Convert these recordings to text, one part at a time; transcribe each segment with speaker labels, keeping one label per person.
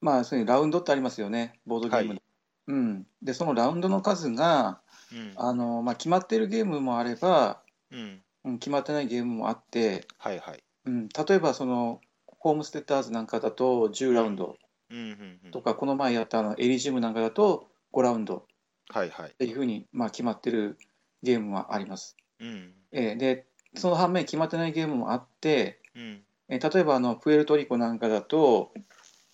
Speaker 1: まあ、そういうラウンドってありますよね、ボードゲームの。
Speaker 2: は
Speaker 1: うん、で、そのラウンドの数が、
Speaker 2: うん
Speaker 1: あのまあ、決まってるゲームもあれば、
Speaker 2: うん
Speaker 1: うん、決まってないゲームもあって、
Speaker 2: はいはい
Speaker 1: うん、例えばその、ホームステッターズなんかだと10ラウンド
Speaker 2: うんうんうん
Speaker 1: とか、この前やったあのエリジウムなんかだと5ラウンドっ
Speaker 2: はいはい
Speaker 1: ていうふうに、まあ、決まってるゲームはあります。
Speaker 2: うん
Speaker 1: えーで、その反面、決まってないゲームもあって、
Speaker 2: うん
Speaker 1: えー例えばあのプエルトリコなんかだと、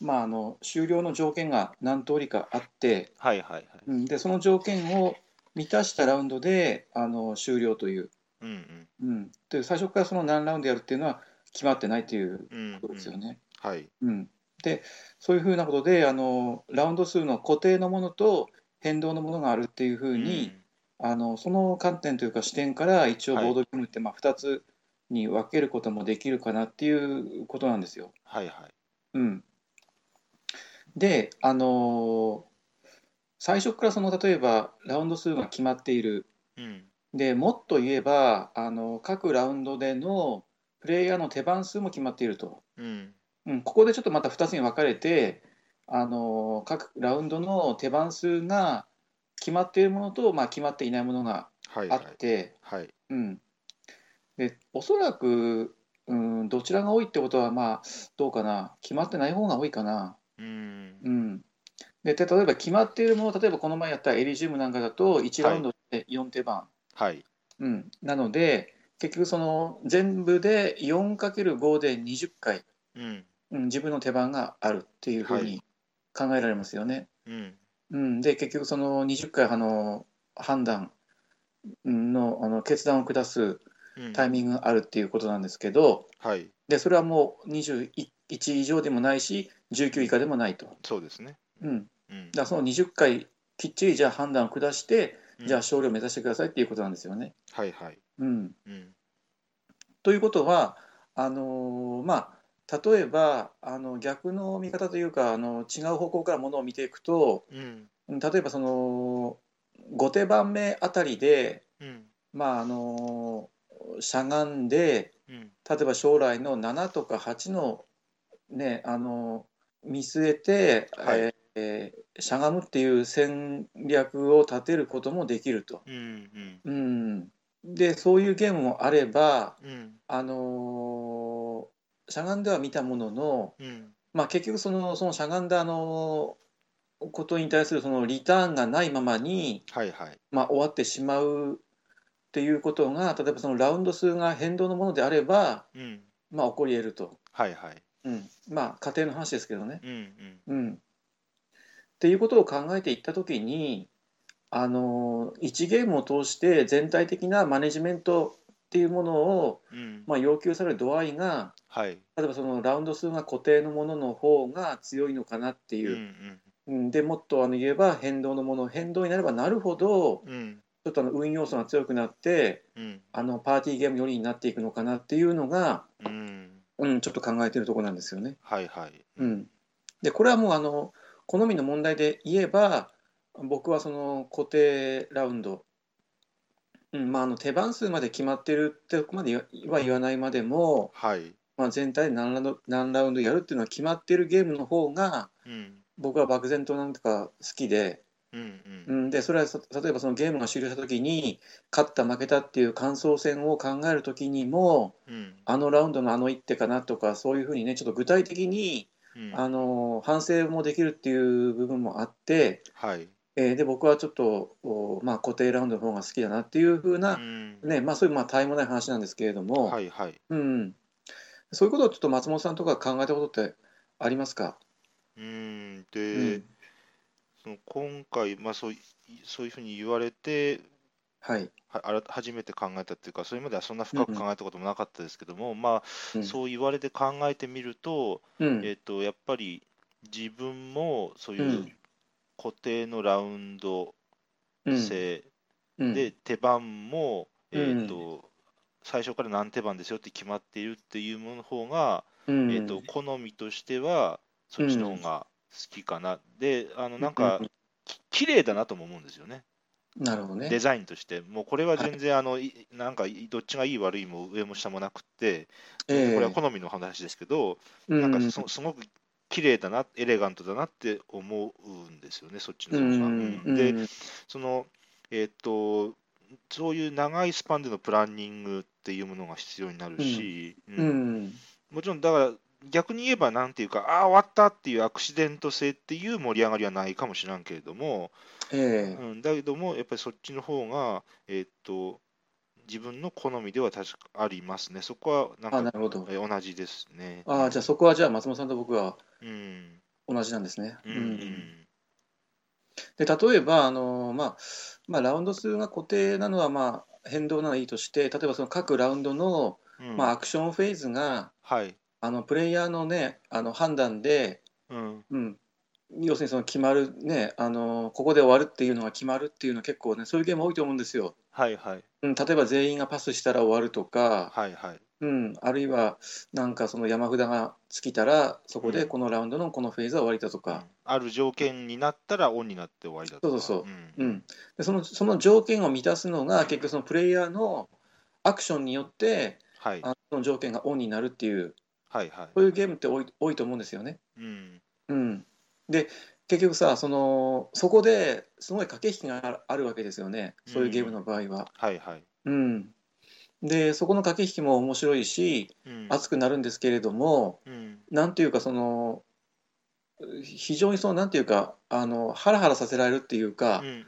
Speaker 1: まあ、あの終了の条件が何通りかあって、
Speaker 2: はいはいはい
Speaker 1: うん、でその条件を満たしたラウンドであの終了という、
Speaker 2: うん
Speaker 1: うん、という最初からその何ラウンドやるっていうのは決まってないという
Speaker 2: うんうん
Speaker 1: ことですよね。
Speaker 2: はい
Speaker 1: うん、でそういうふうなことであのラウンド数の固定のものと変動のものがあるっていうふうに、あのその観点というか視点から一応ボ
Speaker 2: は
Speaker 1: ー
Speaker 2: い
Speaker 1: ドゲームってまあ2つに分けることもできるかなっていうことなんですよ。
Speaker 2: はいはい
Speaker 1: うん、で、あのー最初からその例えばラウンド数が決まっている
Speaker 2: うん
Speaker 1: でもっと言えばあの各ラウンドでのプレイヤーの手番数も決まっていると、
Speaker 2: うん
Speaker 1: うん、ここでちょっとまた2つに分かれて、あのー各ラウンドの手番数が決まっているものと、まあ、決まっていないものが
Speaker 2: はい
Speaker 1: あ
Speaker 2: は
Speaker 1: っ
Speaker 2: い
Speaker 1: て。
Speaker 2: はい
Speaker 1: うん、でおそらく、うん、どちらが多いってことは、まあ、どうかな、決まってない方が多いかな。
Speaker 2: うん
Speaker 1: うん、でで例えば決まっているもの、例えばこの前やったエリジウムなんかだと、1ラウンドで4手番、
Speaker 2: はい
Speaker 1: うん、なので、結局その、全部で 4×5 で20回、
Speaker 2: うん
Speaker 1: うん、自分の手番があるっていうふう
Speaker 2: は
Speaker 1: に考えられますよね。
Speaker 2: うん
Speaker 1: うん、で結局その20回あの判断のあの決断を下す
Speaker 2: うん
Speaker 1: タイミングがあるっていうことなんですけど、
Speaker 2: はい
Speaker 1: でそれはもう21以上でもないし19以下でもないと、
Speaker 2: そうですね
Speaker 1: うん、だか
Speaker 2: うん
Speaker 1: らその20回きっちりじゃあ判断を下して
Speaker 2: うん
Speaker 1: じゃあ勝利を目指してくださいっていうことなんですよね。
Speaker 2: はいはい
Speaker 1: うん、
Speaker 2: うん
Speaker 1: ということはあのーまあ例えばあの逆の見方というかあの違う方向からものを見ていくと
Speaker 2: うん
Speaker 1: うん例えばその5手番目あたりで
Speaker 2: うん
Speaker 1: まああのしゃがんで
Speaker 2: うん
Speaker 1: 例えば将来の7とか8のねあの見据えて、
Speaker 2: はい
Speaker 1: えーえーしゃがむっていう戦略を立てることもできると。
Speaker 2: うんうん
Speaker 1: うん、でそういうゲームもあれば、
Speaker 2: うん
Speaker 1: あのーしゃがんでは見たものの、
Speaker 2: うん
Speaker 1: まあ、結局そのそのしゃがんだ、あのーことに対するそのリターンがないままに、
Speaker 2: はいはい
Speaker 1: まあ、終わってしまうっていうことが例えばそのラウンド数が変動のものであれば、
Speaker 2: うん
Speaker 1: まあ、起こり得ると、
Speaker 2: はいはい
Speaker 1: うん、まあ家庭の話ですけどね。
Speaker 2: うんうん
Speaker 1: うん、っていうことを考えていった時にあの1ゲームを通して全体的なマネジメントっていうものを、
Speaker 2: うん
Speaker 1: まあ、要求される度合いが
Speaker 2: はい
Speaker 1: 例えばそのラウンド数が固定のものの方が強いのかなって
Speaker 2: うんう
Speaker 1: いう、
Speaker 2: ん
Speaker 1: うん、でもっとあの言えば変動のもの変動になればなるほど
Speaker 2: うん
Speaker 1: ちょっとあの運要素が強くなって
Speaker 2: うん
Speaker 1: あのパーティーゲームよりになっていくのかなっていうのが、
Speaker 2: うん
Speaker 1: うん、ちょっと考えてるところなんですよね。
Speaker 2: はいはい
Speaker 1: うん、でこれはもうあの好みの問題で言えば僕はその固定ラウンド、うんまあ、あの手番数まで決まってるってとこまではは言わないまでも、
Speaker 2: はい
Speaker 1: まあ、全体で何ラウンド何ラウンドやるっていうのは決まってるゲームの方が
Speaker 2: うん
Speaker 1: 僕は漠然となんとか好きで。
Speaker 2: うん
Speaker 1: う
Speaker 2: う
Speaker 1: んん、でそれはそ例えばそのゲームが終了した時に勝った負けたっていう感想戦を考える時にも
Speaker 2: うん
Speaker 1: あのラウンドのあの一手かなとかそういうふうにねちょっと具体的に、
Speaker 2: うん
Speaker 1: あの反省もできるっていう部分もあって、
Speaker 2: はい
Speaker 1: えーで僕はちょっと、おまあ、固定ラウンドの方が好きだなっていうふう
Speaker 2: う
Speaker 1: な、
Speaker 2: ん
Speaker 1: ねまあ、そういうまあたいもない話なんですけれども、
Speaker 2: はいはい
Speaker 1: うん、そういうことをちょっと松本さんとか考えたことってありますか、
Speaker 2: うん
Speaker 1: う
Speaker 2: で
Speaker 1: ん、
Speaker 2: その今回まあそういそういうふうに言われて
Speaker 1: はい、
Speaker 2: はあら初めて考えたっていうかそれまではそんな深く考えたこともなかったですけども、ま
Speaker 1: う
Speaker 2: あ
Speaker 1: ん
Speaker 2: そう言われて考えてみると、
Speaker 1: うん
Speaker 2: えっとやっぱり自分もそう
Speaker 1: う
Speaker 2: いうん固定のラウンド
Speaker 1: うん
Speaker 2: 制
Speaker 1: うん
Speaker 2: で手番も、
Speaker 1: うん
Speaker 2: えーと最初から何手番ですよって決まっているっていうものの方が、
Speaker 1: うん
Speaker 2: えー、と好みとしてはそっちの方が好きかな、であのなんか
Speaker 1: うん
Speaker 2: き綺麗だなとも思うんですよね
Speaker 1: なるほどね
Speaker 2: デ。ザインとしてもうこれは全然あのいなんかいどっちがいい悪いも上も下もなくってこ
Speaker 1: ええ
Speaker 2: れは好みの話ですけど、
Speaker 1: な
Speaker 2: なんかそすごく綺麗だな、エレガントだなって思うんですよね、そっちの
Speaker 1: う
Speaker 2: 方が。
Speaker 1: ん
Speaker 2: うんで、その、えーっと、そういう長いスパンでのプランニングっていうものが必要になるし、う
Speaker 1: うんん
Speaker 2: もちろんだから逆に言えばなんていうか、ああ、終わったっていうアクシデント性っていう盛り上がりはないかもしれんけれども、
Speaker 1: ええ
Speaker 2: うん、だけども、やっぱりそっちの方が、えーっと、自分の好みでは確かありますね。そこは
Speaker 1: あ
Speaker 2: なん
Speaker 1: な
Speaker 2: か
Speaker 1: るほど
Speaker 2: えー同じですね。
Speaker 1: ああじゃあそこはじゃあ松本さんと僕は
Speaker 2: うん。
Speaker 1: 同じなんですね。
Speaker 2: うん
Speaker 1: で例えばあの、まあまあ、ラウンド数が固定なのは、まあ、変動なのはいいとして例えばその各ラウンドの、
Speaker 2: うんうん
Speaker 1: まあ、アクションフェーズが
Speaker 2: はい。
Speaker 1: あのプレイヤーの,、ね、あの判断で、
Speaker 2: うん。
Speaker 1: うん、要するにその決まる、ね、あのここで終わるっていうのが決まるっていうのは結構ねそういうゲーム多いと思うんですよ。
Speaker 2: はいはい。
Speaker 1: うん、例えば全員がパスしたら終わるとか、
Speaker 2: はいはい。
Speaker 1: うん、あるいはなんかその山札が尽きたらそこでこのラウンドのこのフェーズは終わりだと
Speaker 2: う
Speaker 1: か、
Speaker 2: んある条件になったらオンになって終わりだとか。
Speaker 1: そうそうそ
Speaker 2: ん
Speaker 1: うん、でそのその条件を満たすのが結局そのプレイヤーのアクションによって
Speaker 2: はい
Speaker 1: あのその条件がオンになるっていう
Speaker 2: はいは
Speaker 1: そういうゲームって多い多いと思うんですよね。
Speaker 2: い。うん。
Speaker 1: うん、で結局さそのそこですごい駆け引きがああるわけですよねそういうゲームの場合は。
Speaker 2: はいはい。
Speaker 1: うん、でそこの駆け引きも面白いし
Speaker 2: うん。
Speaker 1: 熱くなるんですけれども
Speaker 2: うん。
Speaker 1: なんていうかその非常にそのなんていうかあのハラハラさせられるっていうか。
Speaker 2: うんうんうん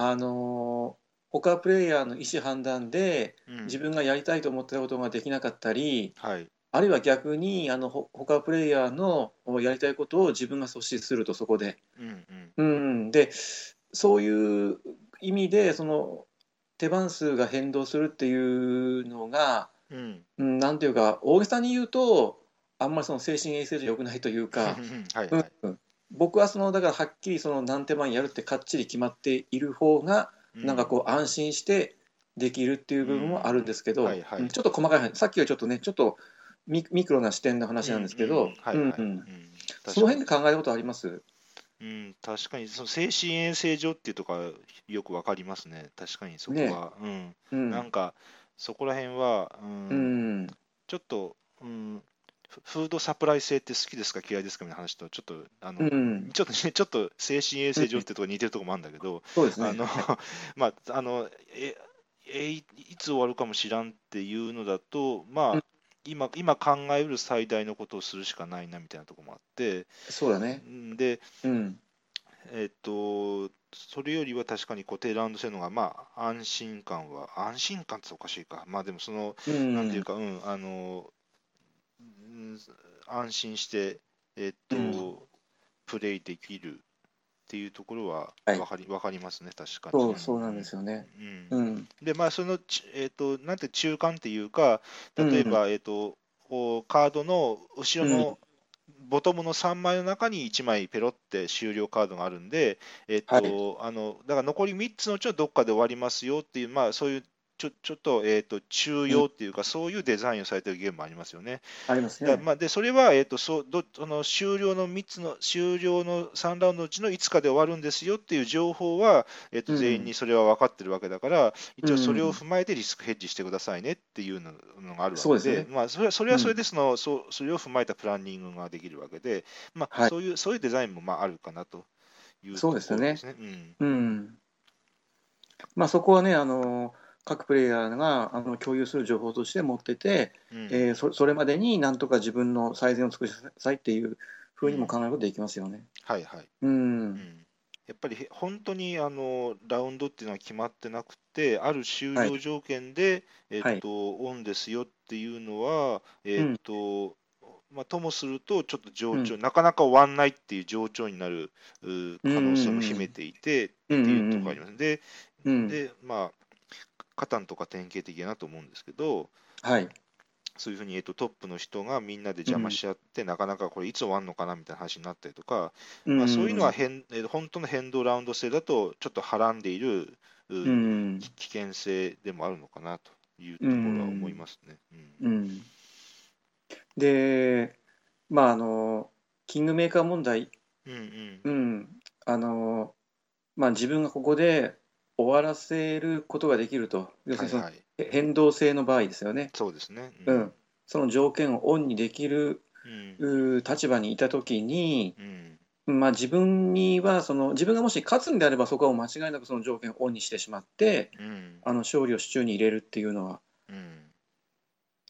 Speaker 1: あのー他プレイヤーの意思判断で
Speaker 2: うん
Speaker 1: 自分がやりたいと思ってたことができなかったり、
Speaker 2: はい。
Speaker 1: あるいは逆にあのほ他プレイヤーのやりたいことを自分が阻止するとそこで。
Speaker 2: うんうん。
Speaker 1: うん、でそういう意味でその手番数が変動するっていうのが、
Speaker 2: うん。
Speaker 1: うん、なんていうか大げさに言うとあんまりその精神衛生上良くないというか
Speaker 2: う。んはい
Speaker 1: うん
Speaker 2: はい。
Speaker 1: うん僕はそのだからはっきりその何手番やるってかっちり決まっている方がなんかこう安心してできるっていう部分もあるんですけど、
Speaker 2: うんはいはい
Speaker 1: うんちょっと細かい話さっきはちょっとねちょっとミミクロな視点の話なんですけ
Speaker 2: う
Speaker 1: ど
Speaker 2: んはいはい。
Speaker 1: う
Speaker 2: うん
Speaker 1: うん
Speaker 2: ん
Speaker 1: その辺で考えたことあります
Speaker 2: うん、確かに、その精神衛生上っていうとか、よくわかりますね。確かに、そこ
Speaker 1: ね
Speaker 2: は。うん。
Speaker 1: うん
Speaker 2: なんか、そこら辺は、うん
Speaker 1: うん
Speaker 2: ちょっと、うん、フフードサプライ性って好きですか嫌いですかみたいな話と、ちょっと、あの、
Speaker 1: うん
Speaker 2: ちょっとね、ちょっと精神衛生上ってとこ似てるとこもあるんだけど、
Speaker 1: そうです
Speaker 2: あ
Speaker 1: ね
Speaker 2: の、 まあ、あの、え、え、いいつ終わるかもしらんっていうのだと、ま
Speaker 1: う
Speaker 2: あ、今、今考えうる最大のことをするしかないなみたいなとこもあって、
Speaker 1: そうだね
Speaker 2: うんで、
Speaker 1: うん
Speaker 2: えっと、それよりは確かに固定ラウンド制の方が、まあ、安心感は、安心感っておかしいか、まあでもその、
Speaker 1: うん
Speaker 2: なんていうか、うん、あの、うん安心して、えっと、
Speaker 1: うん
Speaker 2: プレイできるっていうところは
Speaker 1: はい
Speaker 2: 分かり、わかりますね、確かに。
Speaker 1: そうそうなんですよね
Speaker 2: うん
Speaker 1: うん
Speaker 2: で、まあ、そのち、えっと、なんて中間っていうか、例えば、えっと、こうカードの後ろのボトムの3枚の中に1枚ペロって終了カードがあるんで、えっと、
Speaker 1: は
Speaker 2: あの、だから残り3つのうちはどっかで終わりますよっていう、まあ、そういう、ちょ、ちょっと、えっと、中用っていうか、そういうデザインをされてるゲームもありますよね。
Speaker 1: あります
Speaker 2: だから
Speaker 1: ね
Speaker 2: まあ、で、それは、えっと、そう、ど、その終了の3つの、終了の3ラウンドのうちのいつかで終わるんですよっていう情報は、えっと、
Speaker 1: うん
Speaker 2: 全員にそれは分かってるわけだから、一応それ
Speaker 1: うん
Speaker 2: を踏まえてリスクヘッジしてくださいねっていうののがある
Speaker 1: そう
Speaker 2: わ
Speaker 1: です
Speaker 2: けで
Speaker 1: ね、
Speaker 2: まあ、それはそれはそれでその、そうそれを踏まえたプランニングができるわけで、まあ、
Speaker 1: はい
Speaker 2: そういう、そういうデザインもまああるかなという
Speaker 1: そうですよね
Speaker 2: ところですね。
Speaker 1: うんまあそこはねあの各プレイヤーがあの共有する情報として持ってて、
Speaker 2: うんうん
Speaker 1: えーそそれまでになんとか自分の最善を尽くしなさいっていうふうにも考えることできますよね。
Speaker 2: はいはい。
Speaker 1: うん
Speaker 2: うんやっぱりへ本当にあのラウンドっていうのは決まってなくて、ある終
Speaker 1: は
Speaker 2: 了
Speaker 1: い
Speaker 2: 条件で、え
Speaker 1: は
Speaker 2: っ
Speaker 1: い
Speaker 2: と、オンですよっていうのは、えっと、まあ、ともすると、ちょっと上長、なかなか終わんないっていう上長になるうー可能性も秘めていてっていうところがあります。で、
Speaker 1: うん
Speaker 2: で、まあ、カタンとか典型的だなと思うんですけど、
Speaker 1: はい、
Speaker 2: そういうふうに、えっと、トップの人がみんなで邪魔し合って、なかなかこれいつ終わんのかなみたいな話になったりとか、まあ、そういうのは変、えー本当の変動ラウンド制だと、ちょっとはらんでいる、
Speaker 1: う
Speaker 2: う
Speaker 1: ん、うん
Speaker 2: 危険性でもあるのかなというところは思いますね。うん
Speaker 1: うん、でまああのキングメーカー問題、
Speaker 2: うんうん
Speaker 1: うんあのまあ、自分がここで終わらせることができると要するに
Speaker 2: はい
Speaker 1: その
Speaker 2: はい、
Speaker 1: 変動性の場合ですよね、
Speaker 2: そうですね。
Speaker 1: うん、その条件をオンにできる
Speaker 2: うん
Speaker 1: うー立場にいた時に、
Speaker 2: うん
Speaker 1: まあ、自分にはその自分がもし勝つんであればそこはもう間違いなくその条件をオンにしてしまって
Speaker 2: うん
Speaker 1: あの勝利を手中に入れるっていうのは
Speaker 2: うん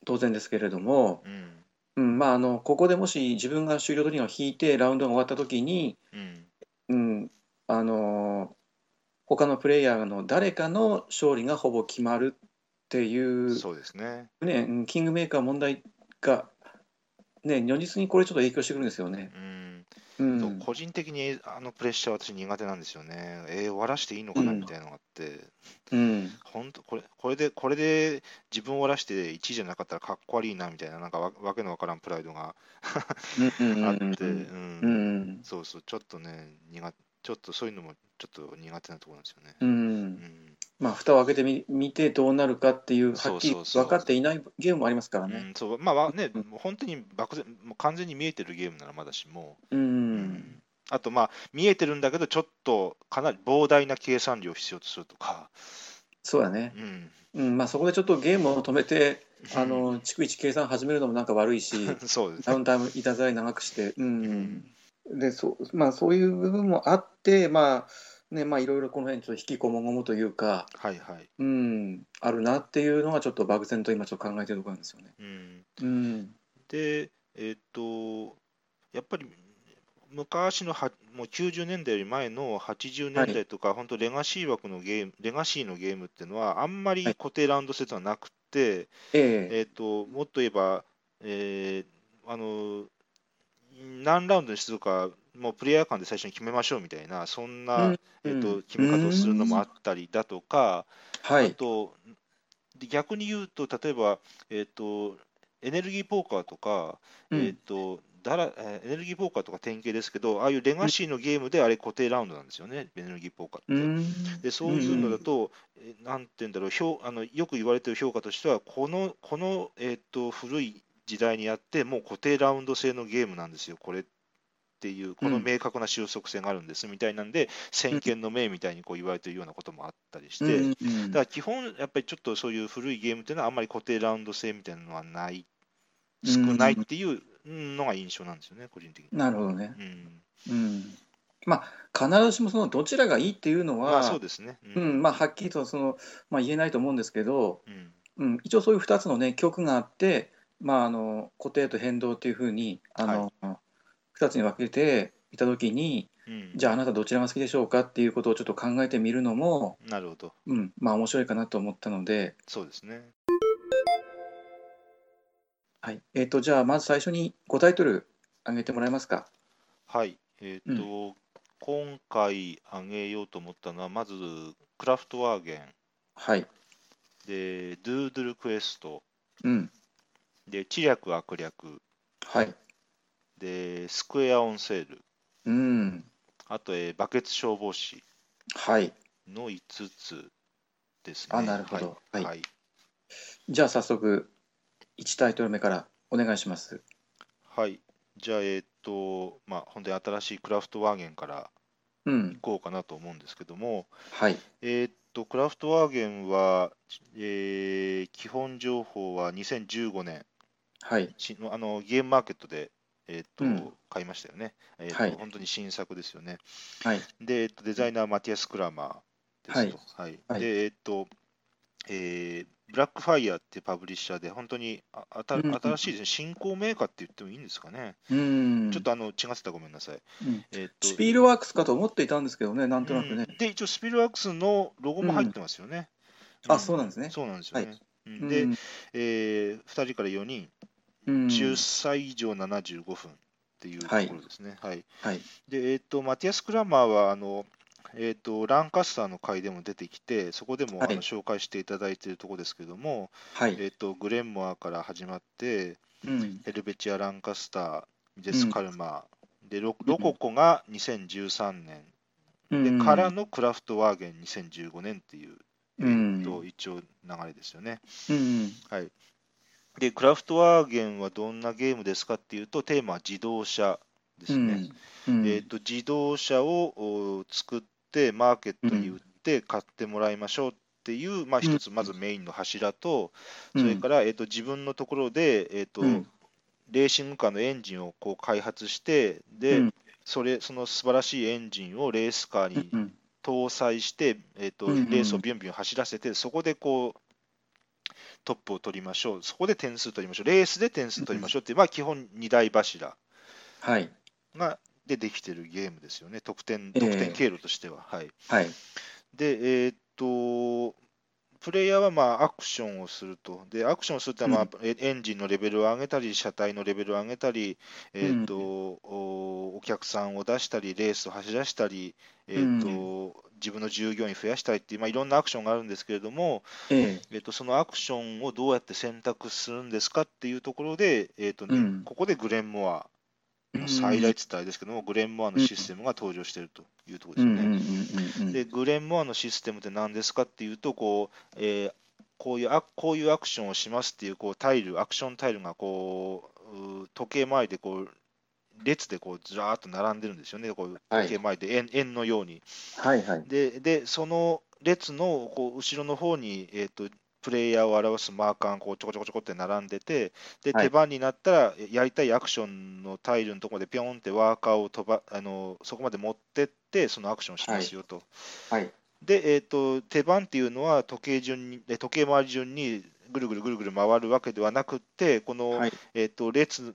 Speaker 1: 当然ですけれども、
Speaker 2: うん
Speaker 1: うんまあ、あのここでもし自分が終了時には引いてラウンドが終わった時に、
Speaker 2: うん
Speaker 1: うん、あの他のプレイヤーの誰かの勝利がほぼ決まるっていう
Speaker 2: そうですね。
Speaker 1: ね、うんキングメーカー問題が、ね、如実にこれちょっと影響してくるんですよね。
Speaker 2: うん
Speaker 1: うん
Speaker 2: そう個人的にあのプレッシャー私苦手なんですよね。えー終わらしていいのかな
Speaker 1: うん
Speaker 2: みたいなのがあって、
Speaker 1: うん
Speaker 2: 本当これこれでこれで自分を終わらして1位じゃなかったらかっこ悪いなみたいななんかわわけのわからんプライドが
Speaker 1: うんうん
Speaker 2: あって、
Speaker 1: うん
Speaker 2: うん
Speaker 1: うん
Speaker 2: そうそうちょっとね苦ちょっとそういうのもちょっと苦手なところなんですよね。
Speaker 1: う
Speaker 2: うんん
Speaker 1: まあ蓋を開けてみ見てどうなるかっていうはっきり
Speaker 2: そうそうそう
Speaker 1: 分かっていないゲームもありますから
Speaker 2: う
Speaker 1: ね。
Speaker 2: ん、そうまあわね
Speaker 1: うん
Speaker 2: もう本当に漠然もう完全に見えてるゲームならまだしも
Speaker 1: うん
Speaker 2: う、うんあとまあ見えてるんだけどちょっとかなり膨大な計算量を必要とするとか、
Speaker 1: そうだね、
Speaker 2: うん、
Speaker 1: うんまあ、そこでちょっとゲームを止めてあの逐一計算始めるのもなんか悪いし
Speaker 2: そうです
Speaker 1: ダ
Speaker 2: ね。
Speaker 1: ウンタイムいたずらに長くして、うんでそうまあ、そういう部分もあって、まあねまあ、いろいろこの辺ちょっと引きこもごもというか、
Speaker 2: はいはい。
Speaker 1: うん、あるなっていうのがちょっと漠然と今ちょっと考えてるところなんですよね。
Speaker 2: うん、
Speaker 1: うん、
Speaker 2: で、えっと、やっぱり昔のはもう90年代より前の80年代とか、本当レガシー枠のゲーム、レガシーのゲームっていうのは、あんまり
Speaker 1: はい
Speaker 2: 固定ラウンド制度はなくて、
Speaker 1: ええ
Speaker 2: えっと、もっと言えば、えーあの、何ラウンドにするか、もうプレイヤー間で最初に決めましょうみたいな、そんな、
Speaker 1: うん
Speaker 2: えっ
Speaker 1: う
Speaker 2: と、
Speaker 1: ん
Speaker 2: 決め方をするのもあったりだとか、
Speaker 1: は
Speaker 2: あ
Speaker 1: い、
Speaker 2: と、で逆に言うと、例えば、えっと、エネルギーポーカーとか、
Speaker 1: うん
Speaker 2: えっと、だら、えーエネルギーポーカーとか典型ですけど、ああいうレガシーのゲームであれ固定ラウンドなんですよね、エネルギーポーカーって。で、そういうのだと、えーなんて言うんだろう、評あの、よく言われてる評価としては、この、この、えっと、古い時代にやって、もう固定ラウンド制のゲームなんですよ、これっていう、この
Speaker 1: うん
Speaker 2: 明確な収束性があるんですみたいなんで、先見の明みたいにこう言われてるようなこともあったりして、
Speaker 1: うんうん
Speaker 2: だから基本、やっぱりちょっとそういう古いゲームっていうのは、あんまり固定ラウンド性みたいなのはない、
Speaker 1: うん
Speaker 2: 少ないっていうのが印象なんですよね、個人的に。
Speaker 1: なるほどね、
Speaker 2: う
Speaker 1: う
Speaker 2: ん、
Speaker 1: んまあ、必ずしもそのどちらがいいっていうのは、
Speaker 2: まあそうですね。う
Speaker 1: うんまあ、はっきりとその、まあ、言えないと思うんですけど、
Speaker 2: うん
Speaker 1: うん、一応そういう2つの、ね、曲があって、まあ、あの固定と変動っていうふうにあの、2つに分けていた時に
Speaker 2: うん
Speaker 1: じゃああなたどちらが好きでしょうかっていうことをちょっと考えてみるのも、
Speaker 2: なるほど、
Speaker 1: うんまあ、面白いかなと思ったので、
Speaker 2: そうですね。
Speaker 1: はいえー、とじゃあまず最初に5タイトル挙げてもらえますか。
Speaker 2: はい、えっ、と、今回あげようと思ったのは、まず、クラフトワーゲン、
Speaker 1: はい、
Speaker 2: で、ドゥードゥルクエスト、
Speaker 1: うん
Speaker 2: で、知略悪略、
Speaker 1: はい
Speaker 2: で、スクエアオンセール、
Speaker 1: うん
Speaker 2: あと、えーバケツ消防士。
Speaker 1: はい、
Speaker 2: の5つですね。
Speaker 1: あなるほど
Speaker 2: はい。
Speaker 1: は
Speaker 2: はいい
Speaker 1: じゃあ早速1タイトル目からお願いします。
Speaker 2: はいじゃあ、えっと、まあ、本当に新しいクラフトワーゲンから
Speaker 1: う
Speaker 2: い
Speaker 1: ん
Speaker 2: こうかなと思うんですけども、
Speaker 1: はい
Speaker 2: えっと、クラフトワーゲンは、えー基本情報は2015年
Speaker 1: はい
Speaker 2: しのあのゲームマーケットで、えっと
Speaker 1: うん
Speaker 2: 買いましたよね、えっと
Speaker 1: はい
Speaker 2: 本当に新作ですよね。
Speaker 1: はい
Speaker 2: で、えっと、デザイナー、マティアス・クラマーですと。はい
Speaker 1: はい
Speaker 2: で、えっと、えーブラックファイアっていうパブリッシャーで、本当にああた
Speaker 1: うんうんうん
Speaker 2: 新しいですね、新興メーカーって言ってもいいんですかね。
Speaker 1: うん
Speaker 2: ちょっとあの違ってたらごめんなさい。
Speaker 1: うん
Speaker 2: えっと
Speaker 1: スピールワークスかと思っていたんですけどね、なんとなくね。
Speaker 2: うんで、一応、スピルワークスのロゴも入ってますよね。
Speaker 1: うんあそうなんですね
Speaker 2: そうなんですよね。
Speaker 1: はい
Speaker 2: うんで、えー、2人から4人、
Speaker 1: うん、
Speaker 2: 10歳以上75分っていうところですね。はい
Speaker 1: はい、
Speaker 2: で、えっと、マティアス・クラマーは、あの、えっと、ランカスターの回でも出てきて、そこでも、
Speaker 1: はい
Speaker 2: あの紹介していただいているところですけども、
Speaker 1: はい、
Speaker 2: えっと、グレンモアから始まって、
Speaker 1: うん、
Speaker 2: ヘルベチア・ランカスター、ミデ
Speaker 1: う
Speaker 2: ス・
Speaker 1: ん
Speaker 2: カルマー、でロ、ロココが2013年、で、
Speaker 1: うん
Speaker 2: から、のクラフトワーゲン2015年っていう、
Speaker 1: うん
Speaker 2: えっと、一応流れですよね。
Speaker 1: うん、
Speaker 2: はい。で、クラフトワーゲンはどんなゲームですかっていうと、テーマは自動車ですね。
Speaker 1: うん、
Speaker 2: えー、と自動車をお作ってマーケットに売って買ってもらいましょうっていう、まあ、
Speaker 1: うん
Speaker 2: 一つまずメインの柱と、
Speaker 1: うん
Speaker 2: それから、えー、と自分のところで、えーと
Speaker 1: うん
Speaker 2: レーシングカーのエンジンをこう開発して、で、
Speaker 1: うん
Speaker 2: それその素晴らしいエンジンをレースカーに
Speaker 1: うん
Speaker 2: 搭載して、えーと
Speaker 1: うんうんうん
Speaker 2: レースをビュンビュン走らせて、そこでこうトップを取りましょう、そこで点数取りましょう、レースで点数取りましょうっていう、まあ、基本二大柱
Speaker 1: はい
Speaker 2: がでできてるゲームですよね、得点
Speaker 1: ええ
Speaker 2: 得点経路としては。はい、
Speaker 1: はい
Speaker 2: で、えーっと、プレイヤーはまあアクションをすると。で、アクションをするってのはまあ、えエンジンのレベルを上げたり、車体のレベルを上げたり、えーっと、
Speaker 1: うん
Speaker 2: おお客さんを出したり、レースを走らしたり、えーっと、自分の従業員増やしたりっていう、まあ、いろんなアクションがあるんですけれども、
Speaker 1: え
Speaker 2: えーっと、そのアクションをどうやって選択するんですかっていうところで、えーっと、
Speaker 1: うん
Speaker 2: ここでグレンモア、
Speaker 1: え
Speaker 2: 最大って言ったらあれですけども、グレンモアのシステムが登場しているというところ
Speaker 1: う
Speaker 2: ですよ
Speaker 1: んうん
Speaker 2: ね。
Speaker 1: うんうんうん
Speaker 2: でグレン・モアのシステムって何ですかっていうとこう、えーこういうあこういうアクションをしますっていうこうタイルアクションタイルがこううー時計回りでこう列でこうずらーっと並んでるんですよねこう
Speaker 1: はい
Speaker 2: 時計回りで円,、円のように
Speaker 1: はいはい
Speaker 2: ででその列のこう後ろの方に、えー、とプレイヤーを表すマーカーがこうちょこちょこちょこって並んでてで
Speaker 1: はい
Speaker 2: 手番になったらえやりたいアクションのタイルのところでピョンってワーカーを飛ばあのそこまで持ってってそのアクションをしますよと。
Speaker 1: はい
Speaker 2: で、えー、と手番っていうのは時計順にえ時計回り順にぐるぐるぐるぐる回るわけではなくってこの、
Speaker 1: はい
Speaker 2: えー、と列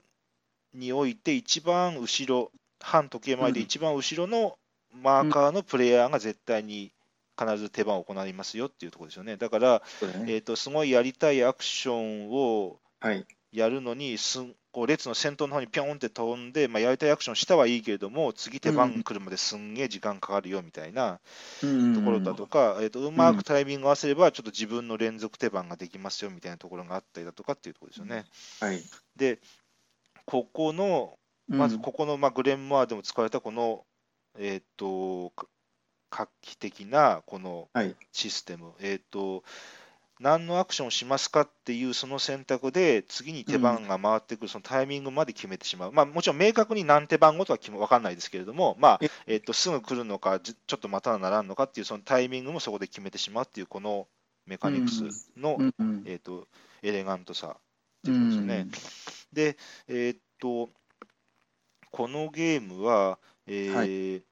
Speaker 2: において一番後ろ反時計回りで
Speaker 1: うん
Speaker 2: 一番後ろのマーカーのプレイヤーが絶対に必ず手番を行いますよっていうところですよねだから、
Speaker 1: そうだね
Speaker 2: えー、とすごいやりたいアクションを
Speaker 1: はい
Speaker 2: やるのにすんこう列の先頭の方にピョンって飛んで、まあ、やりたいアクションしたはいいけれども次手番来るまですんげえ時間かかるよみたいな。ところだとか、えー、とうまくタイミングを合わせれば、ちょっと自分の連続手番ができますよみたいなところがあったりだとかっていうところですよね。
Speaker 1: はい
Speaker 2: で、ここの、まずここの、まあ、グレン・モアでも使われたこの、えっ、と、か画期的なこの
Speaker 1: はい
Speaker 2: システム、えっ、と、何のアクションをしますかっていうその選択で、次に手番が回ってくるそのタイミングまで決めてしまう。まあ、もちろん明確に何手番ごとは決め分かんないですけれども、まあ
Speaker 1: え、
Speaker 2: えっ、と、すぐ来るのか、じちょっと待たなならんのかっていうそのタイミングもそこで決めてしまうっていう、このメカニクスの、
Speaker 1: うんうん
Speaker 2: えっ、と、エレガントさって
Speaker 1: う
Speaker 2: いうことですよ
Speaker 1: ん
Speaker 2: ね。で、えーっと、このゲームは、えー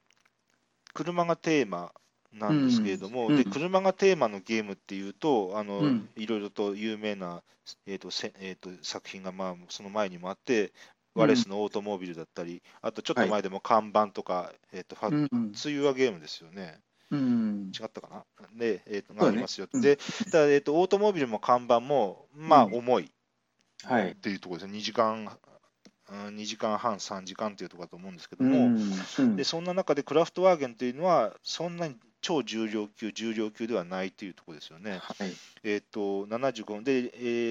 Speaker 2: 車がテーマなんですけれども、
Speaker 1: うん
Speaker 2: で
Speaker 1: うん
Speaker 2: 車がテーマのゲームっていうと、あの
Speaker 1: うん
Speaker 2: いろいろと有名な、えーっとせえーっと作品が、まあ、その前にもあって、
Speaker 1: うん
Speaker 2: ワレスのオートモービルだったり、あとちょっと前でも看板とか、えーっとファ
Speaker 1: うんうん
Speaker 2: ツユアゲームですよね。
Speaker 1: うん
Speaker 2: 違ったかなで、えーっと、
Speaker 1: そうだね
Speaker 2: ありますよ。
Speaker 1: うん
Speaker 2: で、ただ、えーっと、オートモービルも看板も、まあ、
Speaker 1: うん
Speaker 2: 重い。
Speaker 1: はい
Speaker 2: っていうところですね、2時間、うん、2時間半、3時間っていうところだと思うんですけど
Speaker 1: う
Speaker 2: も、
Speaker 1: んうん
Speaker 2: でそんな中でクラフトワーゲンというのは、そんなに超重量級、重量級ではないというところですよね。
Speaker 1: はい
Speaker 2: えっと75で、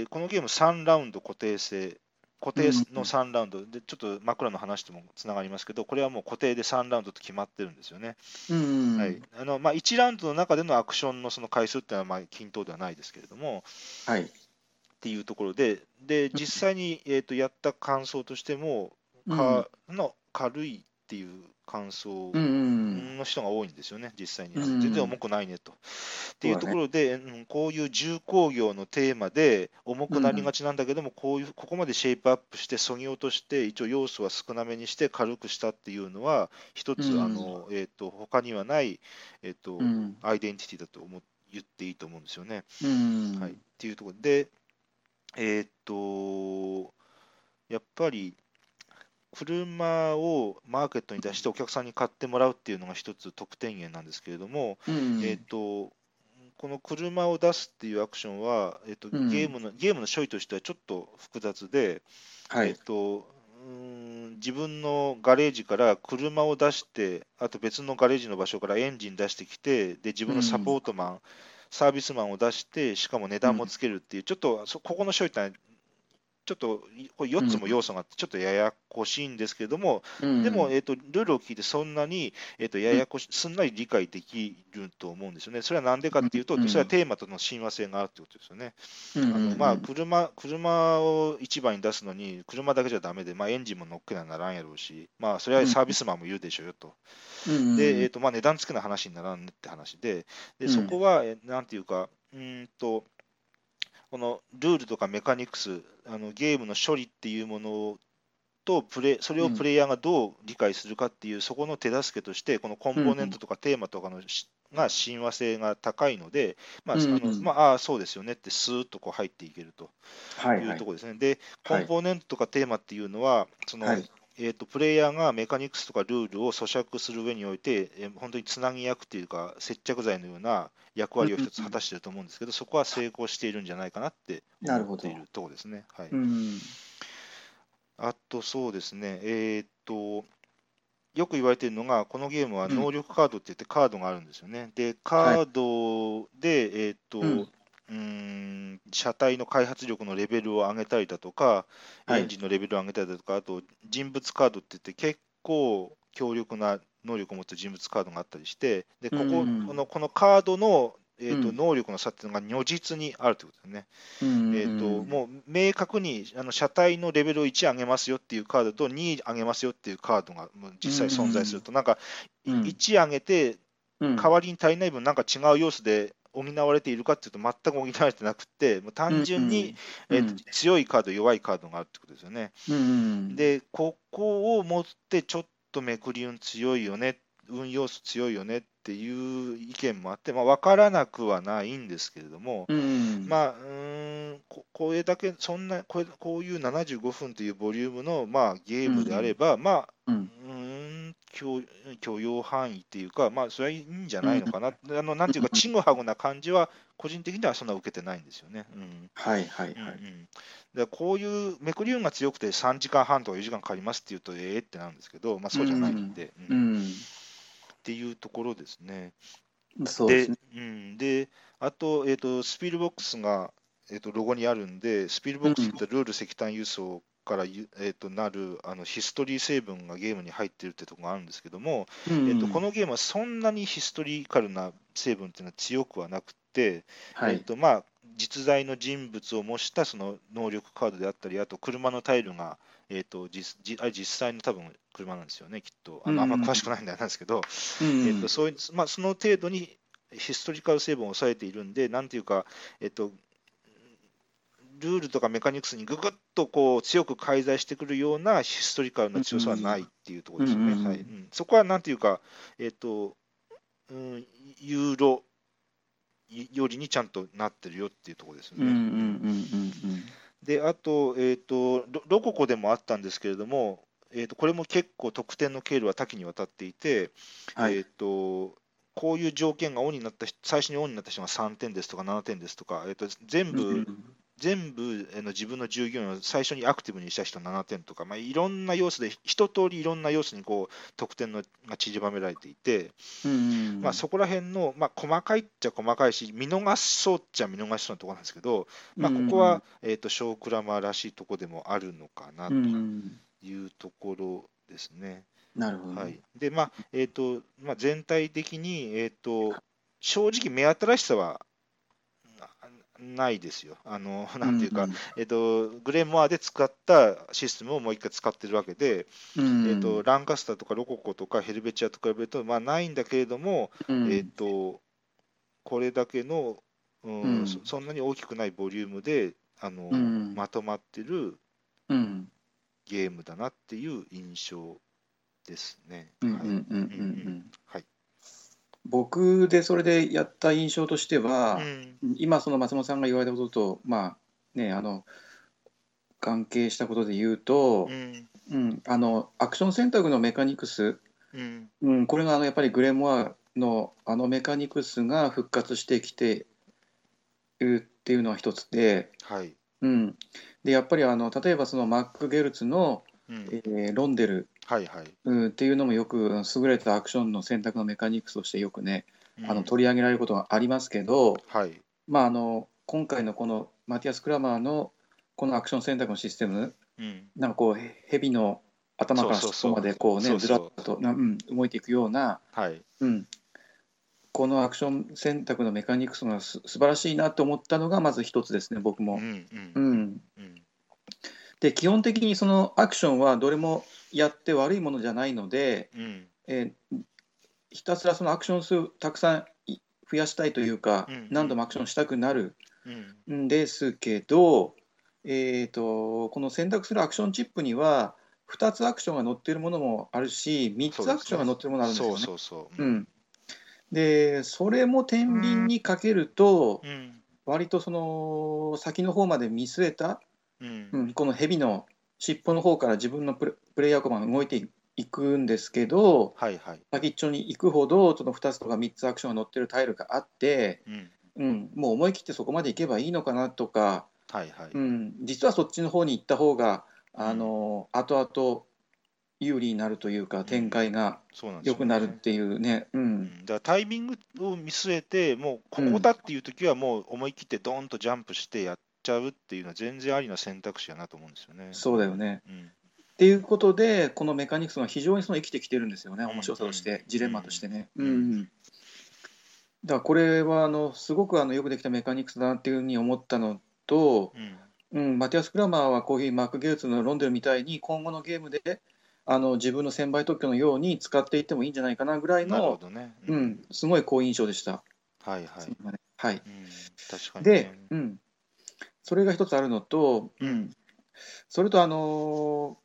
Speaker 2: えーこのゲーム3ラウンド固定制、固定
Speaker 1: うん
Speaker 2: の3ラウンドで、ちょっと枕の話ともつながりますけど、これはもう固定で3ラウンドと決まってるんですよね。
Speaker 1: うん
Speaker 2: はいあのまあ、1ラウンドの中でのアクションのその回数っていうのはまあ均等ではないですけれども、
Speaker 1: はい
Speaker 2: っていうところで、で実際に、えー、とやった感想としても、かの軽いっていう感想
Speaker 1: うんうん
Speaker 2: の人が多いんですよね、実際に。
Speaker 1: うん
Speaker 2: 全然重くないねと。っていう
Speaker 1: そうだ
Speaker 2: と
Speaker 1: ね
Speaker 2: ころで、うんこういう重工業のテーマで重くなりがちなんだけども、こういうここまでシェイプアップして、そぎ落として、一応要素は少なめにして軽くしたっていうのは、一つ、
Speaker 1: うん
Speaker 2: あのえー、と他にはない、えーと
Speaker 1: うん
Speaker 2: アイデンティティだと思う言っていいと思うんですよね。
Speaker 1: うん
Speaker 2: はい、っていうところで、えーっと、やっぱり車をマーケットに出してお客さんに買ってもらうっていうのが一つ得点源なんですけれども、
Speaker 1: うん
Speaker 2: えーっと、この車を出すっていうアクションは、えーっと、
Speaker 1: うん
Speaker 2: ゲームの、ゲームの処理としてはちょっと複雑で、
Speaker 1: は
Speaker 2: え
Speaker 1: い
Speaker 2: っと、うーん自分のガレージから車を出して、あと別のガレージの場所からエンジン出してきて、で、自分のサポートマン、サービスマンを出して、しかも値段もつけるっていう、ちょっとそここの処理ってのはちょっといこれ4つも要素があって、ちょっとややこしいんですけれども、でも、えっと、ルールを聞いて、そんなに、えっと、ややこし、すんなり理解できると思うんですよね。それはなんでかっていうと
Speaker 1: う、ん
Speaker 2: それはテーマとの親和性があるってことですよね。
Speaker 1: うん
Speaker 2: あのまあ、車車を市場に出すのに、車だけじゃダメで、まあ、エンジンも乗っけなならんやろうし、まあ、それはサービスマンもいるでしょうよと。
Speaker 1: うん
Speaker 2: で、えーとまあ、値段つけな話にならんねって話で、
Speaker 1: う
Speaker 2: で
Speaker 1: ん
Speaker 2: そこは、えなんていうか、うーんと、このルールとかメカニクス、あのゲームの処理っていうものとプレイ、それをプレイヤーがどう理解するかっていう、そこの手助けとして、このコンポーネントとかテーマとかのしが親和性が高いので、まあ、あ
Speaker 1: うんうん
Speaker 2: のまあ、ああ、そうですよねって、スーッとこう入っていけると
Speaker 1: はいいは
Speaker 2: う
Speaker 1: い
Speaker 2: ところですね。で、コ
Speaker 1: はい
Speaker 2: ンポーネントとかテーマっていうのは、その
Speaker 1: はい
Speaker 2: えー、とプレイヤーがメカニクスとかルールを咀嚼する上において、えー本当につなぎ役というか、接着剤のような役割を一つ果たしていると思うんですけど、そこは成功しているんじゃないかなって
Speaker 1: なる
Speaker 2: 思
Speaker 1: ほ
Speaker 2: っ
Speaker 1: ど
Speaker 2: ているところですね。はい
Speaker 1: うん
Speaker 2: あと、そうですね、えーっと、よく言われているのが、このゲームは
Speaker 1: うん
Speaker 2: 能力カードって言って、カードがあるんですよね。で、カードで、えーっと、
Speaker 1: うん
Speaker 2: うーん車体の開発力のレベルを上げたりだとか、
Speaker 1: はい
Speaker 2: エンジンのレベルを上げたりだとか、あと人物カードって言って、結構強力な能力を持った人物カードがあったりして、でここ
Speaker 1: うん
Speaker 2: このこのカードの、えーっと
Speaker 1: うん
Speaker 2: 能力の差っていうのが如実にあるということですね。
Speaker 1: うん
Speaker 2: えー、ともう明確にあの車体のレベルを1上げますよっていうカードと2上げますよっていうカードがもう実際存在すると、なんか
Speaker 1: うん
Speaker 2: 1上げて
Speaker 1: うん
Speaker 2: 代わりに足りない分、なんか違う要素で補われているかっていうと、全く補われてなくって、もう単純に、
Speaker 1: うんうん
Speaker 2: えーと強いカード、弱いカードがあるってことですよね。
Speaker 1: うん
Speaker 2: で、ここを持って、ちょっとめくり運強いよね、運要素強いよねっていう意見もあって、まあ、分からなくはないんですけれども。
Speaker 1: うん
Speaker 2: まあ、うーんこ、これだけ、そんな、これ、こういう75分というボリュームの、まあ、ゲームであれば、まあ、
Speaker 1: うん
Speaker 2: うーん許、許容範囲っていうか、まあ、それはいいんじゃないのかな、あの、なんていうか、ちぐはぐな感じは、個人的にはそんな受けてないんですよね。うん
Speaker 1: はいはい
Speaker 2: うんう
Speaker 1: はい
Speaker 2: ん、でこういうめくり運が強くて3時間半とか4時間かかりますっていうとええってなるんですけど、まあ、そうじゃないんで、うん
Speaker 1: う
Speaker 2: っ
Speaker 1: ん
Speaker 2: ていうところですね。
Speaker 1: そうで
Speaker 2: です
Speaker 1: ね
Speaker 2: うん、であと,、えー、とスピルボックスが、えー、とロゴにあるんでスピルボックスってルール石炭輸送からゆ、えー、となるあのヒストリー成分がゲームに入ってるってとこがあるんですけども、
Speaker 1: うん
Speaker 2: えー、とこのゲームはそんなにヒストリカルな成分っていうのは強くはなくて、
Speaker 1: は
Speaker 2: えー
Speaker 1: い
Speaker 2: とまあ、実在の人物を模したその能力カードであったりあと車のタイルが、えー、と実実あれ実際の多分車なんですよねきっとあのあんま詳しくないんであれなんですけど、
Speaker 1: うん
Speaker 2: えっとそういうまあ、その程度にヒストリカル成分を抑えているんで、なんていうか、えっと、ルールとかメカニクスにぐぐっとこう強く介在してくるようなヒストリカルな強さはないっていうところですよね。
Speaker 1: うんうんうん
Speaker 2: はいうんそこはなんていうか、えっとうん、ユーロよりにちゃんとなってるよっていうところですよ
Speaker 1: うんう
Speaker 2: ね。
Speaker 1: んうんうんうん
Speaker 2: で、あと、えっとロ、ロココでもあったんですけれども、えっと、これも結構得点の経路は多岐にわたっていて、
Speaker 1: は
Speaker 2: え
Speaker 1: い
Speaker 2: ー、とこういう条件がオンになった人最初にオンになった人が3点ですとか7点ですとか、えー、と全部、全部えーの自分の従業員を最初にアクティブにした人7点とか、まあ、いろんな要素でひ一通りいろんな要素にこう得点のが縮ばめられていて、
Speaker 1: うん
Speaker 2: まあ、そこら辺の、まあ、細かいっちゃ細かいし見逃しそうっちゃ見逃しそうなところなんですけど、まあ、ここは、えー、とショークラマーらしいとこでもあるのかな
Speaker 1: う
Speaker 2: と
Speaker 1: んうん
Speaker 2: いうところですね。
Speaker 1: なるほどね
Speaker 2: はい、で、まあえーとまあ、全体的に、えー、と正直、目新しさはなないですよ。あの なんていうか、
Speaker 1: ん
Speaker 2: えーと、グレーモアで使ったシステムをもう一回使ってるわけで、
Speaker 1: うん
Speaker 2: えーと、ランカスターとかロココとかヘルベチアと比べると、まあ、ないんだけれども、
Speaker 1: うん
Speaker 2: えー、とこれだけの、うん
Speaker 1: うん
Speaker 2: そ、そんなに大きくないボリュームであの、
Speaker 1: うん
Speaker 2: まとまってる
Speaker 1: うん
Speaker 2: ゲームだなっていう印象ですね。
Speaker 1: うんうん
Speaker 2: はい
Speaker 1: うんうんうん
Speaker 2: うんはい
Speaker 1: 僕でそれでやった印象としては、
Speaker 2: うん
Speaker 1: 今その松本さんが言われたこととまあねあの関係したことで言うと
Speaker 2: う、ん
Speaker 1: うん、あのアクション選択のメカニクス、
Speaker 2: うん
Speaker 1: うん、これがあのやっぱりグレモアのあのメカニクスが復活してきているっていうのは一つで、
Speaker 2: はい。
Speaker 1: うん、でやっぱりあの例えばそのマック・ゲルツの、
Speaker 2: うん
Speaker 1: えーロンデル、
Speaker 2: はいはい。
Speaker 1: うん、っていうのもよく優れたアクションの選択のメカニクスとしてよくね
Speaker 2: うん
Speaker 1: あの取り上げられることがありますけど、
Speaker 2: はい。
Speaker 1: まあ、あの今回のこのマティアス・クラマーのこのアクション選択のシステム
Speaker 2: うん
Speaker 1: なんかこうへ蛇の頭から
Speaker 2: そ
Speaker 1: 尻
Speaker 2: うそうそう
Speaker 1: 尾までこう
Speaker 2: そ
Speaker 1: ね
Speaker 2: う
Speaker 1: ず
Speaker 2: そ
Speaker 1: ら
Speaker 2: う
Speaker 1: っとな、うん、動いていくような、
Speaker 2: はい。
Speaker 1: うん、このアクション選択のメカニクスがす素晴らしいなと思ったのがまず一つですね僕
Speaker 2: うん
Speaker 1: も
Speaker 2: う。
Speaker 1: うんん、
Speaker 2: うん
Speaker 1: で基本的にそのアクションはどれもやって悪いものじゃないので、
Speaker 2: うん
Speaker 1: えーひたすらそのアクション数たくさんい増やしたいというか、
Speaker 2: うん
Speaker 1: 何度もアクションしたくなる
Speaker 2: うん
Speaker 1: んですけど、えー、とこの選択するアクションチップには2つアクションが載っているものもあるし3つアクションが載っているものがあるんですよ
Speaker 2: そ
Speaker 1: ね
Speaker 2: う。そうそ
Speaker 1: う。
Speaker 2: う。
Speaker 1: ん、でそれも天秤にかけると、
Speaker 2: うん。
Speaker 1: 割とその先の方まで見据えた、
Speaker 2: うん。
Speaker 1: うんこの蛇の尻尾の方から自分のプレプレイヤー駒が動いていくんですけど
Speaker 2: はいはい。
Speaker 1: 先っちょに行くほどその2つとか3つアクションが載ってるタイルがあって、
Speaker 2: うん。
Speaker 1: うん、もう思い切ってそこまで行けばいいのかなとか、
Speaker 2: はいはい。
Speaker 1: うん、実はそっちの方に行った方があの後々有利になるというか展開が
Speaker 2: そうなんです
Speaker 1: 良
Speaker 2: よ
Speaker 1: くなるっていうね。う
Speaker 2: うんんだからタイミングを見据えて、もうここだっていう時は、もう思い切ってドーンとジャンプしてやっちゃうっていうのは、全然ありな選択肢やなと思うんですよね。
Speaker 1: そうだよね。
Speaker 2: うん。
Speaker 1: っていうことで、このメカニクスが非常にその生きてきてるんですよね、
Speaker 2: ん
Speaker 1: 面白さとして、
Speaker 2: うん
Speaker 1: ジレンマとしてね。
Speaker 2: う
Speaker 1: うんんだからこれはあのすごくあのよくできたメカニクスだなっていうふうに思ったのと、
Speaker 2: うん。
Speaker 1: うん、マティアス・クラマーはこういうマック・ゲーツのロンデルみたいに、今後のゲームであの自分の専売特許のように使っていってもいいんじゃないかなぐらい
Speaker 2: なるほ
Speaker 1: の、
Speaker 2: どね。
Speaker 1: う。ん、すごい好印象でした。
Speaker 2: はいはい。
Speaker 1: はい
Speaker 2: うん。確かにね。
Speaker 1: で、うん、それが一つあるのと、うん、それとあのー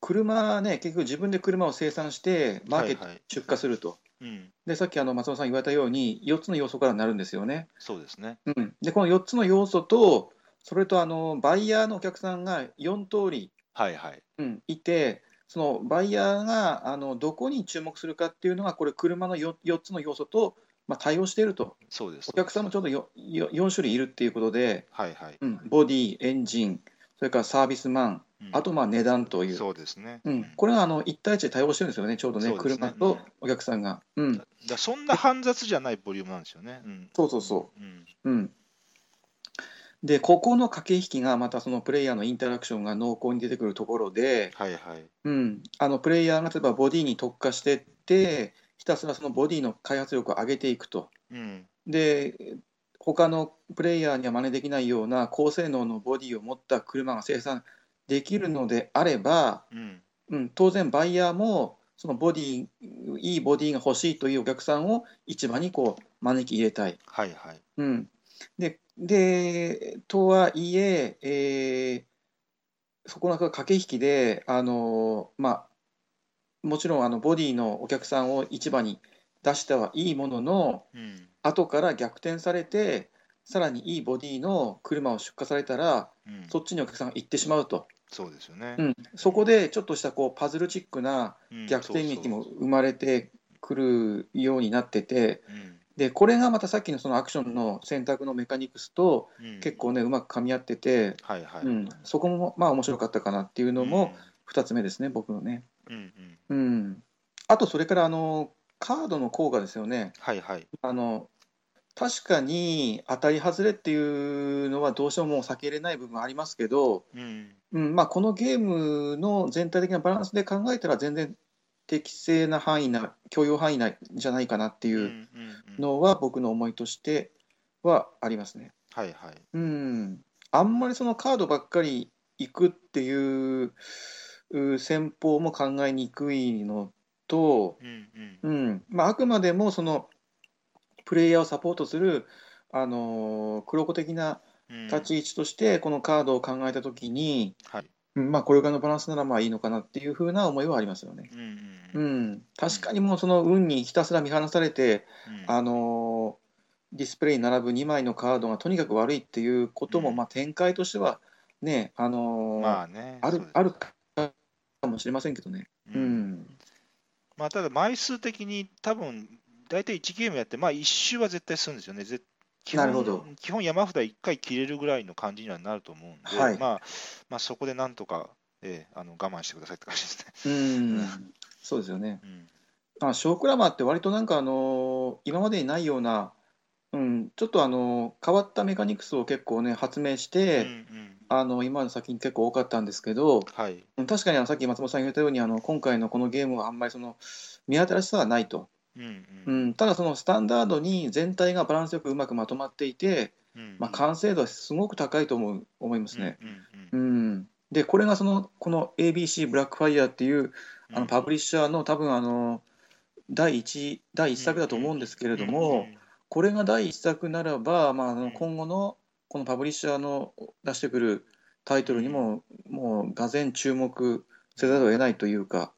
Speaker 1: 車ね結局自分で車を生産してマーケット
Speaker 2: はいはい
Speaker 1: に出荷すると、
Speaker 2: うん。
Speaker 1: でさっきあの松本さん言われたように4つの要素からなるんですよね、
Speaker 2: そうですね。
Speaker 1: うん、でこの4つの要素とそれとあのバイヤーのお客さんが4通り、
Speaker 2: はいはい。
Speaker 1: うん、いてそのバイヤーがあのどこに注目するかっていうのがこれ車の 4, つの要素と、まあ、対応していると
Speaker 2: そうです。
Speaker 1: お客さんもちょうど 4, 4種類いるっていうことで、
Speaker 2: はいはい。
Speaker 1: うん、ボディエンジンそれからサービスマン
Speaker 2: うん
Speaker 1: あとまあ値段という。
Speaker 2: そうですね。
Speaker 1: うん、これはあの一対一で対応してるんですよね、ちょうどね、
Speaker 2: そうですね
Speaker 1: 車とお客さんが。うん、
Speaker 2: だそんな煩雑じゃないボリュームなんですよね。うん、
Speaker 1: そうそうそ
Speaker 2: うん、
Speaker 1: う。うん、で、ここの駆け引きがまたそのプレイヤーのインタラクションが濃厚に出てくるところで、
Speaker 2: はいはい。
Speaker 1: うん、あのプレイヤーが例えばボディに特化してって、ひたすらそのボディの開発力を上げていくと。
Speaker 2: うん、
Speaker 1: で他のプレイヤーには真似できないような高性能のボディを持った車が生産できるのであれば、
Speaker 2: うん、
Speaker 1: うん、当然バイヤーもそのボディいいボディが欲しいというお客さんを市場にこう招き入れたい。
Speaker 2: はいはい。
Speaker 1: うん、ででとはいええーそこの駆け引きであの、まあ、もちろんあのボディのお客さんを市場に出してはいいものの
Speaker 2: うん、
Speaker 1: 後から逆転されてさらにいいボディの車を出荷されたら
Speaker 2: うん、
Speaker 1: そっちにお客さんが行ってしまうと、
Speaker 2: そうですよね
Speaker 1: う。ん、そこでちょっとしたこうパズルチックな
Speaker 2: うん
Speaker 1: 逆転劇も
Speaker 2: そう
Speaker 1: 生まれてくるようになってて
Speaker 2: そううん
Speaker 1: でこれがまたさっきのそのアクションの選択のメカニクスと
Speaker 2: うん
Speaker 1: 結構ねうまく噛み合ってて、
Speaker 2: はいはい。
Speaker 1: うん、そこもまあ面白かったかなっていうのも2つ目ですね僕のね。
Speaker 2: うん、うん、うん、
Speaker 1: うん、あとそれからあのカードの効果ですよね。
Speaker 2: はいはい。
Speaker 1: あの確かに当たり外れっていうのはどうしてももう避けれない部分ありますけど、
Speaker 2: うん、
Speaker 1: うんまあ、このゲームの全体的なバランスで考えたら全然適正な範囲な許容範囲なんじゃないかなってい
Speaker 2: うん、う、
Speaker 1: うん
Speaker 2: うん
Speaker 1: のは僕の思いとしてはありますね。
Speaker 2: はいはい。
Speaker 1: うん、あんまりそのカードばっかり行くっていうう戦法も考えにくいのと、
Speaker 2: うん、うん、
Speaker 1: うんまあ、あくまでもそのプレイヤーをサポートする、あのー黒子的な
Speaker 2: うん
Speaker 1: 立ち位置としてこのカードを考えた時に、
Speaker 2: はい。
Speaker 1: うんまあ、これからのバランスならまあいいのかなっていうふうな思いはありますよね。
Speaker 2: うん、う、
Speaker 1: うんん、確かにもうその運にひたすら見放されて、
Speaker 2: うん
Speaker 1: あのーディスプレイに並ぶ2枚のカードがとにかく悪いっていうことも、
Speaker 2: うん
Speaker 1: まあ、展開としてはね、あのー
Speaker 2: まあね。
Speaker 1: ある
Speaker 2: そうです
Speaker 1: あるかもしれませんけどね。う
Speaker 2: うん
Speaker 1: ん、
Speaker 2: まあ、ただ枚数的に多分大体1ゲームやって、まあ、1周は絶対するんですよね。ぜ基
Speaker 1: な
Speaker 2: 本
Speaker 1: るほど
Speaker 2: 基本山札1回切れるぐらいの感じにはなると思うんで、
Speaker 1: はい
Speaker 2: まあまあ、そこでなんとか、ええあの我慢してくださいって感じですね。
Speaker 1: うん
Speaker 2: うん
Speaker 1: そうですよね。
Speaker 2: うん
Speaker 1: あショークラマーって割となんか、あのー今までにないような、うん、ちょっと、あのー変わったメカニクスを結構ね発明して。
Speaker 2: うんうん
Speaker 1: あの今までの作品結構多かったんですけど
Speaker 2: はい
Speaker 1: 確かにあのさっき松本さんが言ったようにあの今回のこのゲームはあんまりその見新しさはないと、
Speaker 2: うんう
Speaker 1: うんん、ただそのスタンダードに全体がバランスよくうまくまとまっていて、
Speaker 2: うん
Speaker 1: まあ、完成度はすごく高いと思う思いますね。
Speaker 2: うんうん
Speaker 1: う
Speaker 2: うん
Speaker 1: ん、でこれがそのこの ABC ブラックファイヤーっていうあのパブリッシャーの多分あの第一第一作だと思うんですけれども、これが第一作ならば、まあ、あ
Speaker 2: うん
Speaker 1: の今後のこのパブリッシャーの出してくるタイトルにも、もうがぜん注目せざるを得ないというか、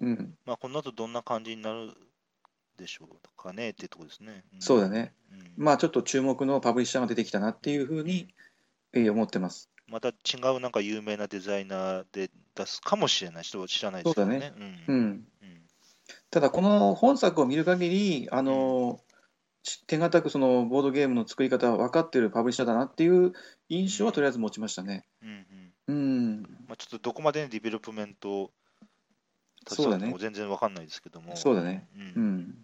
Speaker 2: うん
Speaker 1: うん、
Speaker 2: まあ、この後どんな感じになるでしょうかねっていうところですね。ん
Speaker 1: そうだね、
Speaker 2: うん
Speaker 1: まあちょっと注目のパブリッシャーが出てきたなっていうふうに、えー思ってます。
Speaker 2: また違うなんか有名なデザイナーで出すかもしれない人は知らないですけどね。
Speaker 1: そう
Speaker 2: ね
Speaker 1: う
Speaker 2: うん
Speaker 1: ん、
Speaker 2: うん
Speaker 1: ただこの本作を見る限りあの、手堅くそのボードゲームの作り方は分かってるパブリッシャーだなっていう印象はとりあえず持ちましたね。
Speaker 2: うんうん
Speaker 1: うん、
Speaker 2: まあ、ちょっとどこまでにディベロップメントを
Speaker 1: そうだね
Speaker 2: 携わっても全然わかんないですけども。
Speaker 1: そうだね。
Speaker 2: うん
Speaker 1: うん、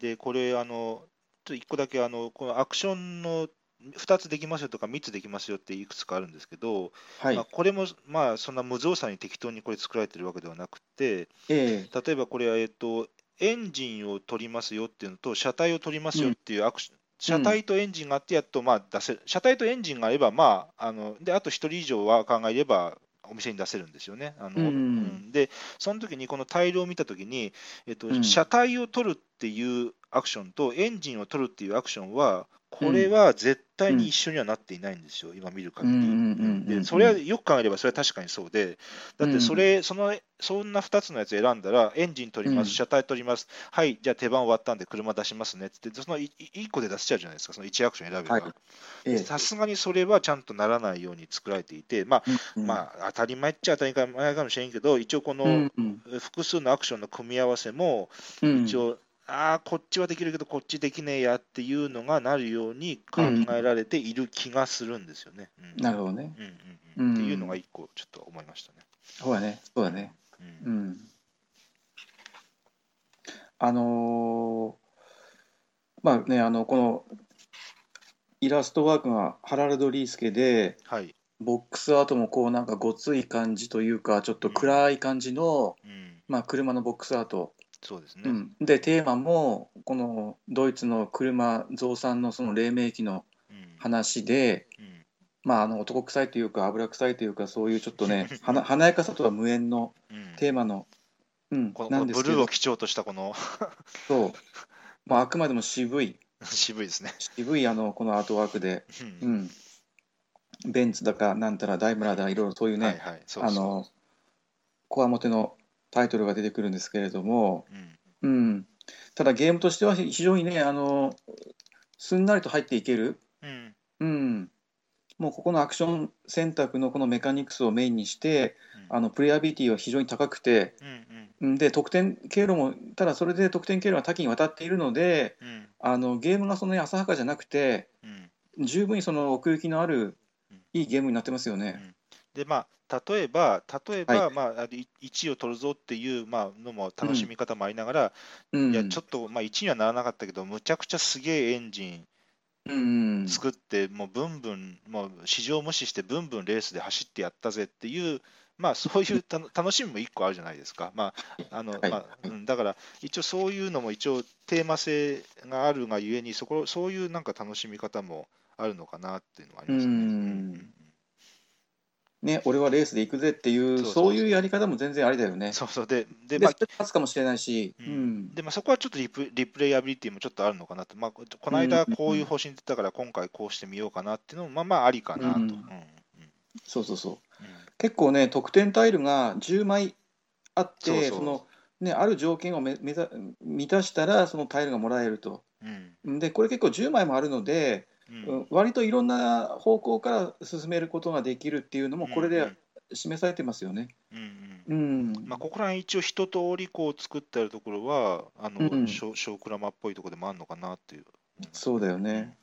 Speaker 2: で、これ、あの、ちょっと1個だけ、あの、このアクションの2つできますよとか3つできますよっていくつかあるんですけど、
Speaker 1: はい
Speaker 2: まあ、、これも、まあ、そんな無造作に適当にこれ作られてるわけではなくて、
Speaker 1: ええ
Speaker 2: 例えばこれは、えっと、エンジンを取りますよっていうのと、車体を取りますよっていうアクション、車体とエンジンがあって、やっとまあ出せる、車体とエンジンがあれば、まあ、あのであと1人以上は考えれば、お店に出せるんですよね。あの
Speaker 1: うん
Speaker 2: うんで、その時にこのタイルを見た時に、えっと
Speaker 1: うん
Speaker 2: 車体を取るっていうアクションと、エンジンを取るっていうアクションは、これは絶対に一緒にはなっていないんですよ、今見る限り。
Speaker 1: うんうんうんうん
Speaker 2: で、それはよく考えれば、それは確かにそうで、だってそれ、そのそんな2つのやつ選んだら、エンジン取りま
Speaker 1: うん
Speaker 2: す、車体取ります、はい、じゃあ手番終わったんで車出しますねって言って、その1個で出せちゃうじゃないですか、その1アクション選べば。
Speaker 1: はいええ
Speaker 2: さすがにそれはちゃんとならないように作られていて、まあ、
Speaker 1: うん
Speaker 2: まあ、当たり前っちゃ当たり前かもしれんけど、一応こ
Speaker 1: う
Speaker 2: の
Speaker 1: んうん
Speaker 2: 複数のアクションの組み合わせも、
Speaker 1: うん
Speaker 2: 一応、ああ、こっちはできるけど、こっちできねえやっていうのがなるように考えられている気がするんですよね。うん
Speaker 1: なるほどね。
Speaker 2: うんうんうんっていうのが
Speaker 1: うん
Speaker 2: 一個、ちょっと思いましたね。
Speaker 1: そうだね。そうだね。
Speaker 2: うん
Speaker 1: うん。あのーまあねあのこのイラストワークがハラルド・リースケで
Speaker 2: はい。
Speaker 1: ボックスアートもこうなんかごつい感じというかちょっと暗い感じの、
Speaker 2: うん、
Speaker 1: まあ、車のボックスアート、
Speaker 2: そうですね。
Speaker 1: うん、でテーマもこのドイツの車増産のその黎明期の
Speaker 2: うん
Speaker 1: 話で、
Speaker 2: うん
Speaker 1: まあ、あの男臭いというか油臭いというかそういうちょっとね華 華やかさとは無縁の
Speaker 2: うん
Speaker 1: テーマの、うん、
Speaker 2: この
Speaker 1: なんで
Speaker 2: ブ
Speaker 1: すけ
Speaker 2: ルー
Speaker 1: ど
Speaker 2: を基調としたこの
Speaker 1: そう、まあ、あくまでも渋い
Speaker 2: 渋いですね。
Speaker 1: 渋いあのこのアートワークで、
Speaker 2: う
Speaker 1: うんん、ベンツだかなんたらダイムラーだかいろいろそういうね、
Speaker 2: はいはい、そう
Speaker 1: あ
Speaker 2: そう
Speaker 1: のこわもてのタイトルが出てくるんですけれども、う
Speaker 2: うん
Speaker 1: ん、ただゲームとしては非非常にねあのすんなりと入っていける、
Speaker 2: うん
Speaker 1: うん、もうここのアクション選択のこのメカニクスをメインにして
Speaker 2: うん
Speaker 1: あのプレイアビリティは非常に高くて
Speaker 2: うんうん
Speaker 1: うんで得点経路もただそれで得点経路は多岐にわたっているので
Speaker 2: うん
Speaker 1: あのゲームがそんなに浅はかじゃなくて
Speaker 2: うん
Speaker 1: 十分にその奥行きのある
Speaker 2: うん
Speaker 1: いいゲームになってますよね。
Speaker 2: でまあ、例えば、例えば、
Speaker 1: は
Speaker 2: まあ、1位を取るぞっていう、まあのも楽しみ方もありながら、
Speaker 1: うん、
Speaker 2: いやちょっと、まあ、1位にはならなかったけど、むちゃくちゃすげえエンジン
Speaker 1: うん
Speaker 2: 作って、もうブンブン、もう市場無視して、ブンブンレースで走ってやったぜっていう、まあ、そうい うたの楽しみも一個あるじゃないですか、まああ
Speaker 1: は
Speaker 2: の
Speaker 1: い
Speaker 2: まあうん、だから一応そういうのも一応テーマ性があるがゆえにそこ、そういうなんか楽しみ方もあるのかなっていうのはありますね。
Speaker 1: うんね、俺はレースで行くぜっていう
Speaker 2: そう
Speaker 1: そう
Speaker 2: そう
Speaker 1: いうやり方も全然ありだよね。
Speaker 2: そうそうでで、
Speaker 1: で、
Speaker 2: まあ
Speaker 1: それで勝つかもしれないし、
Speaker 2: うん
Speaker 1: うん
Speaker 2: でまあ、そこはちょっとリプリプレイアビリティもちょっとあるのかなと、まあ、ここの間こういう方針出たから今回こうしてみようかなっていうのもまあまあありかなと。
Speaker 1: うん
Speaker 2: うんうん
Speaker 1: そうそうそう結構ね得点タイルが10枚あって
Speaker 2: そう
Speaker 1: そ
Speaker 2: そう
Speaker 1: の、ね、ある条件をめ目ざ満たしたらそのタイルがもらえると。
Speaker 2: うん
Speaker 1: でこれ結構10枚もあるので、
Speaker 2: うん
Speaker 1: うん割といろんな方向から進めることができるっていうのもこれで示されてますよね。
Speaker 2: うんうん
Speaker 1: う
Speaker 2: う
Speaker 1: ん、
Speaker 2: んまあ、ここら辺一応一通りこう作ってあるところはあの、
Speaker 1: うん
Speaker 2: 小小クラマっぽいところでもあるのかなっていう。
Speaker 1: そうだよね。